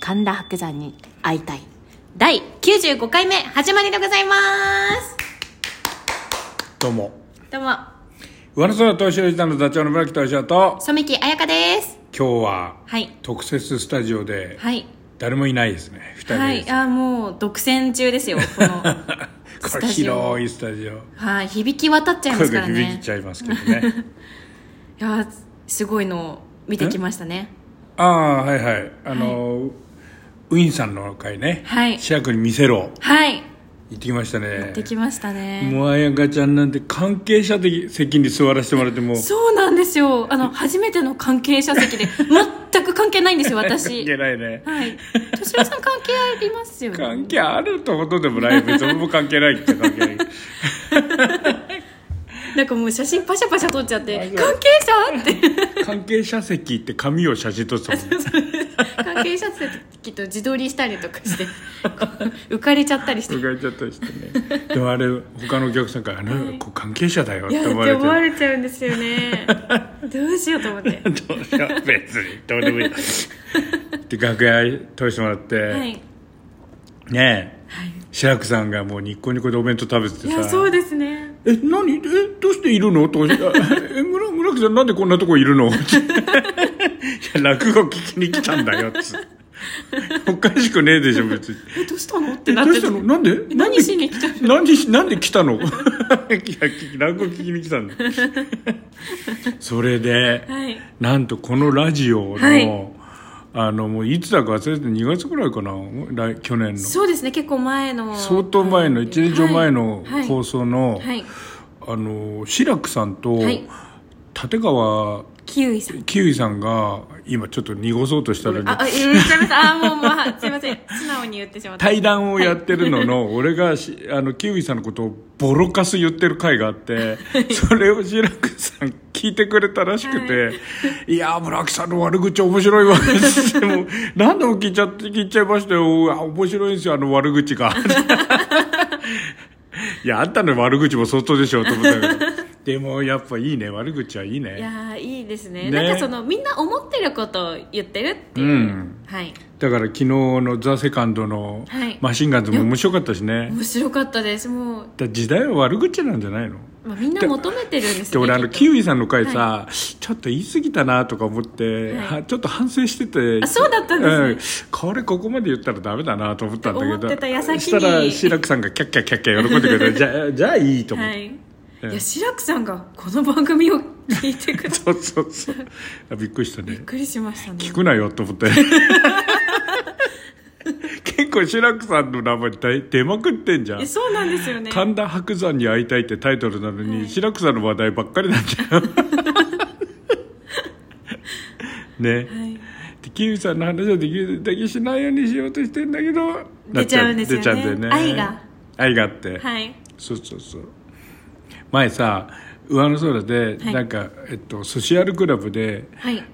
神田伯山に会いたい第95回目始まりでございますどうもどうも上野空投資したの座長の村木投資と今染木彩香です日ははい特設スタジオではい誰もいないですね2人ではいす、あーもう独占中です よこのこスれタジオ広いスタジオはい響き渡っちゃいま声すかがら響いねちゃいますけど ねいやーすごいのを見てきましたねああはいはいあの、ウィンさんの回ね、はいシャークに見せろはい行ってきましたねできましたねもうあやかちゃんなんて関係者的席に座らせてもらってもうそうなんですよあの初めての関係者席 で全く関係ないんですよ関私係ないね はい敏郎さん関係ありますよね関係あるってことでもない別に俺も関係ないって関係ないなんかもう写真パシャパシャ撮っちゃって大関係者って関係者席って紙を写真撮ってたもんね関係者席と自撮りしたりとかしてこ う浮かれちゃったりして伺っちゃったりしてねでもあれ他のお客さんから「あの子関係者だよ」っいやてって思われ思わてれちゃうんですよねどうしようと思 ってどうしよう別にどうでもいいで楽屋通してもらって、はいねえはい白くさんがもうニッコニコでお弁当食べていてやさそうですねえ何えどうしているの?」とか「え村村木さんなんでこんなとこいるの?」って 「いや落語聞きに来たんだよ」っつって おかしくねえでしょ別にえどうしたのっえてどなっうてしたのなんでえ何しに来たの何しなんで来たの いや落語聞きに来 たんだそれではいなんとこのラジオの、はいあのもういつだか忘れて2月ぐらいかな来去年のそうですね結構前の相当前の1日以上前のはい放送の、はいあの志らくさんとはい立川キウイさんキウイさんが今ちょっと濁そうとしたのにああ言っちゃいましたあもうまあすいません素直に言ってしまった対談をやってるの の、俺がしあのキウイさんのことをボロカス言ってる回があ ってそれを白くさん聞いてくれたらしくて「い、やー村木さんの悪口面白いわ」って もう何度も聞いちゃって聞いちゃいましたよあ面白いんですよあの悪 口が。いやあんたの悪口も相当でしょうと 思ったけどでもやっぱいいね悪口はいいいねやーいいですねねなんかそのみんな思ってることを言ってるっていう、うんはいだから昨日の「ザ・セカンドのはいマシンガンズも面白かったしね、面白かったですもう、だ時代は悪口なんじゃないのまあ、みんな求めてるんですでね俺あのきっキウイさんの回さ、ちょっと言い過ぎたなとか思っはて、いはちょっと反省しててあそうだったんですねうんこれここまで言ったらダメだなと思ったんだけど思ってた矢先にそしたら志らくさんがキャッキャッキャッキャ喜んでくれてじゃあじゃあいいとと思っはて、い、うんいや志らくさんがこの番組を聞いてくれ そうそうそうあびっくりしたびっねくりしましたね聞くなよと思って 結構志らくさんの名前出出まくってんじゃんえそうなんですよね神田伯山に会いたいってタイトルなのに、白くさんの話題ばっかりなん だよね、はいでキウイさんの話をできるだけしないようにしようとしてんだけどなっ出ちゃうんですよね出ちゃうんだよね愛が愛があって、はいそうそうそう前さ上野空で、はいなんか、えっと、ソシアルクラブではい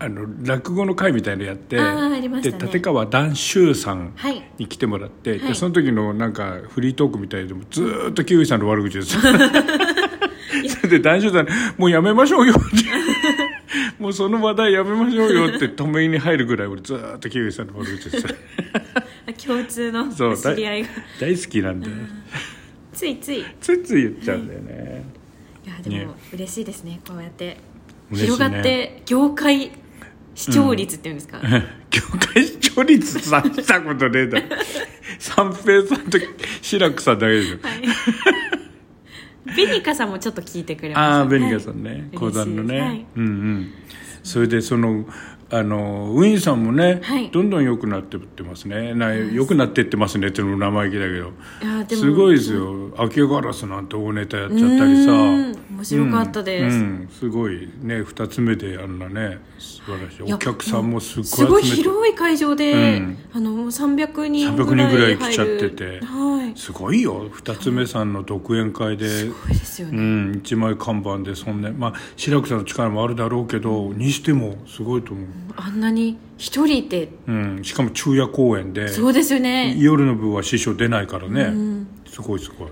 あの落語の会みたいのやってあーありましたねで立川談秋さんはいに来てもらって、ではいその時のなんかフリートークみたいでもずーっとキウイさんの悪口で すそれで談笑さん「もうやめましょう よ」ってもうその話題やめましょうよって止めに入るぐらい俺ずーっとキウイさんの悪口ですあ共通のそう知り合いが大好きなんでついついいついつい言っちゃうんだよね、やでもね嬉しいですねこうやって嬉しいね広がって業界視聴率っていうんですか、業界視聴率さしたことねえだろ三平さんと白くさんだけですよはい。ベニカさんもちょっと聞いてくれました。ああーベニカさんはいね講談のね、嬉しいですうんうんそれでそのあのウィンさんもね、はいどんどん良くなってってますねな良くなってってますねっていうのも生意気だけどいやーでもすごいですよ「秋ガラス」なんて大ネタやっちゃったりうさーん面白かったですうんうんすごいね2つ目であんなね素晴らしいいやお客さんもすっすごごいい集めて広い会場で、うんあのもう300人300ぐらい入人ぐらいる来ちゃっててはい。すすごいよ2つ目さんの独演会でごいですようね。ん、一枚看板でそんな、まあ、白くさんの力もあるだろうけど、にしてもすごいと思う、あんなに一人いて、うん、しかも昼夜公演でそうですよね。夜の部は師匠出ないからね、すごいすごい、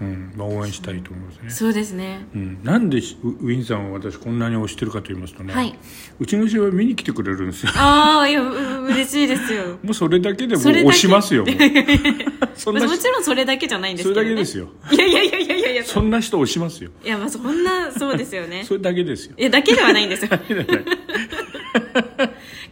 うんまあ、応援したいと思いますねそうですねうん、なんでしウウィンさんを私こんなに推してるかと言いますとね、はいうちの試合見に来てくれるんですよああいやうう嬉しいですよ もうそれだけでもうそれだけ押し ますよもうそんまなあ人もちろんそれだけじゃないんですそけれど、ね、だけですよいやいやいやいやいやいやそんな人押しますよいやまあそんなそうですよねそれだけですよいやだけではないん ですよこそうう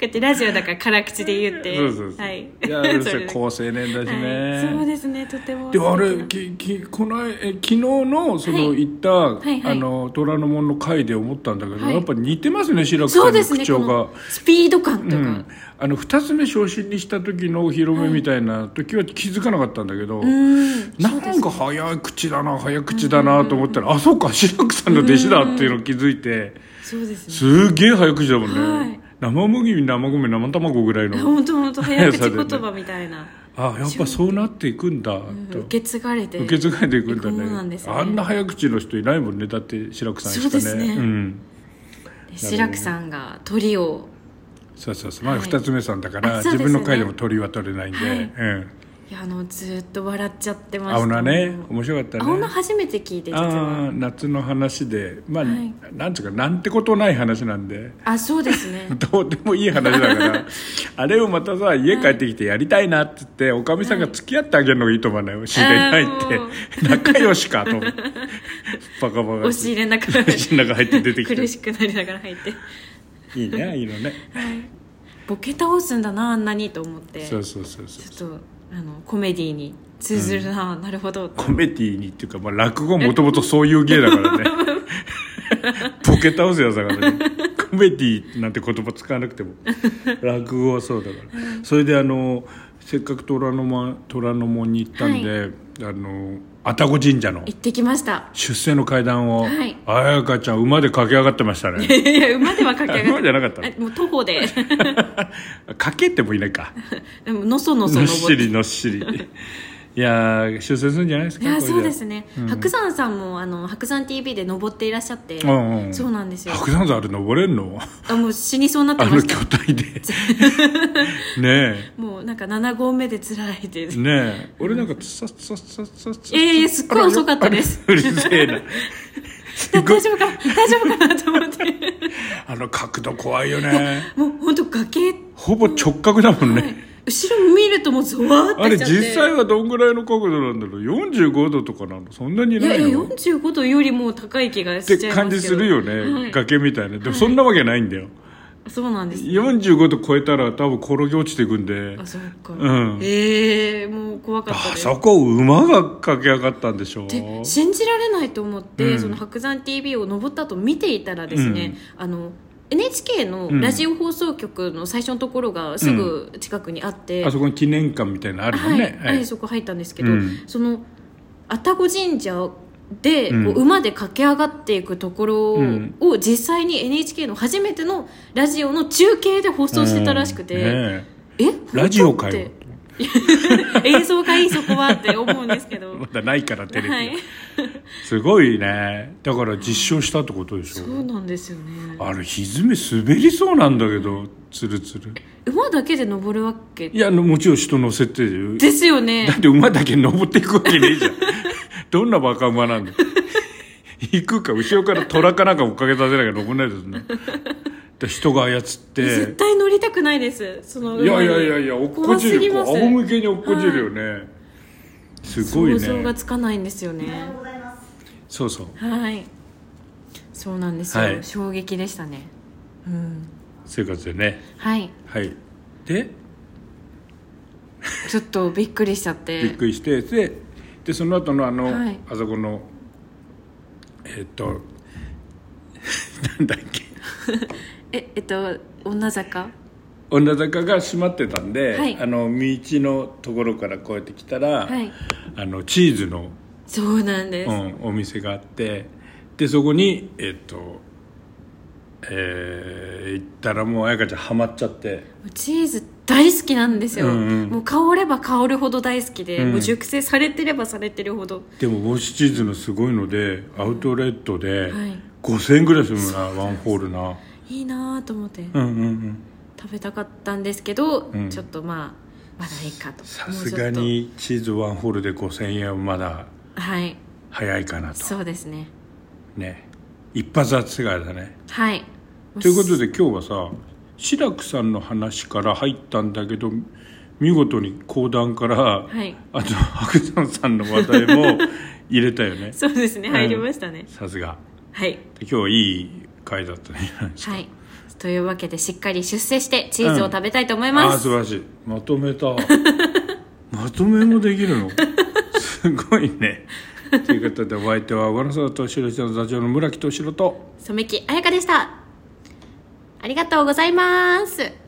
やってラジオだから辛口で言ってそうそうはいいやで すそよれだけ高青年だしはね、い、そうですねとてもであ素敵れなききこのえ昨日のそのはい行った、いはいあの虎ノ門の会で思ったんだけど、はいやっぱ似てますね白そ川うでのすね口こ調がの。スピード感とうか、ん、あの2つ目昇進にした時のお披露目みたいな時は気づかなかったんだけど、なんか早い口だな早口だなと思ったら、あそうか白くさんの弟子だっていうのを気づいて、そうですねすげえ早口だもんね、はい生麦生米生卵ぐらいの本当本当早口言葉みたいな、あやっぱそうなっていくんだと、受け継がれて受け継がれていくんだねそうなんですねあんな早口の人いないもんねだって白くさんしかねそうですねん、白くさんが鳥をそうそうそうまあはい二つ目さんだから、あそう自ですよね分の回でも鳥は取れないんで、はいうん、いやあのずーっと笑っちゃってました青菜ね面白かったね青菜初めて聞いて実あはあ夏の話でまあ、はいなんていうかなんてことない話なんであそうです ねどうでもいい話だか らあれをまたさ家帰ってきてやりたいなって言っておかみさんが付き合ってあげるのがいいと思わないよ知り合いないっあーもて仲良し かと思ってバカバカ押し入れの中から押し入れの中入って出てき苦しくなりながら入ってていいねいいのねボケ倒すんだなあんなにと思ってそうそうそうそうちょっとあのコメディに通ずるな、なるほどコメディーにっていうか、まあ、落語もともとそういう芸 だからねボケ倒すやつだからねコメディーなんて言葉使わなくても落語はそうだからそれであのせっかく虎ノ門虎ノ門に行ったんで、あの愛宕神社の行ってきました出世の階段を、はい彩香ちゃん馬で駆け上がってましたねいやいや馬で は駆け上が馬じゃなかっ たのあもう徒歩で駆けってもいないか でものそのそのっし登ってりのっしりいやー出世するんじゃないですいかやこれそうですね、白山さんもあの白山 TV で登っていらっしゃって、うんうんそうなんですよ白山山あれ登れんのあもう死にそうになってあまのした巨体 でねもうなんか7合目で辛いでえす。ねえ俺なんかツサツサツサツサツサいやいやすっごい遅かったですあれうるせえな 大丈夫かな大丈夫かなと思って。 あの角度怖いよねもう本当崖、ほぼ直角だもんね、はい後ろ見るともうゾワーってあれしちゃって。実際はどんぐらいの角度なんだろう45度とかなのそんなにいやないいや、の45度よりも高い気がっしてちゃいますけど。感じするよね、はい崖みたいなでもそんなわけないんだよ、そうなんです。 45度超えたら多分転げ落ちていくんであ、そっか。うんええもう怖かったあです。そこ馬が駆け上がったんでしょで信じられないと思って、うんその白山 TV を登ったと見ていたらですね、あの NHK のラジオ放送局の最初のところがすぐ近くにあって、あそこに記念館みたいなのあるもんね、はい、はい、そこ入ったんですけど、うんその愛宕神社で、こううん馬で駆け上がっていくところを,、うん実際に NHK の初めてのラジオの中継で放送してたらしくて、うんねええラジオか本よ当って 映像がいいそこはって思うんですけ ど、まだないからテレビ、はい、すごいねだから実証したってことでしょそうなんですよねあれ蹄滑りそうなんだけどつるつる馬だけで登るわけいやもちろん人乗せてるですよだっねて馬だけ登っていくわけねえじゃん どんなバカ馬なんだよ行くか後ろから虎かなんか追っかけ立てなきゃ登んないですねで人が操っ絶て対乗りたくないですそのい馬やにいやいやいや落っこ怖ちすぎるこうます仰向けに落っこちるよね、すごい想ね像がつかないんですよねそうそうはい。そうなんですよ。はい衝撃でしたね。うん。生活でねはい。はいでちょっとびっくりしちゃって。びっくりしてででその後のあの、はいあそこのえっと なんだっけえ、えっと、女坂。女坂が閉まってたんで、はいあの道のところからこうやって来たら、はいあのチーズの、そうなんです。うん、お店があってでそこにえっとえー行ったらもう彩香ちゃんハマっちゃってチーズ大好きなんですよ。うんうんもう香れば香るほど大好きで、うんもう熟成されてればされてるほど。でもウォッシュチーズのすごいのでアウトレットではい5000円ぐらいするのな、ワンホールないいなぁと思って、うんうんうん食べたかったんですけど、んちょっとまあ、まだいいかと。さすがもうちょっにチーズワンホールで5000円はまだと。はい。早いかなとそうですねね一発扱いだねはいということで今日はさ志らくさんの話から入ったんだけど見事に講談から、はいあと白山さんの話題も入れたよ ねそうですね入りましたね、さすがはいで今日いい回だったねはいというわけでしっかり出世してチーズを食べたいと思いまああす、素晴らしいまとめた まとめもできるの すごいねということでお相手は小笠原敏郎ちゃんの座長の村木敏郎と染木彩香でしたありがとうございます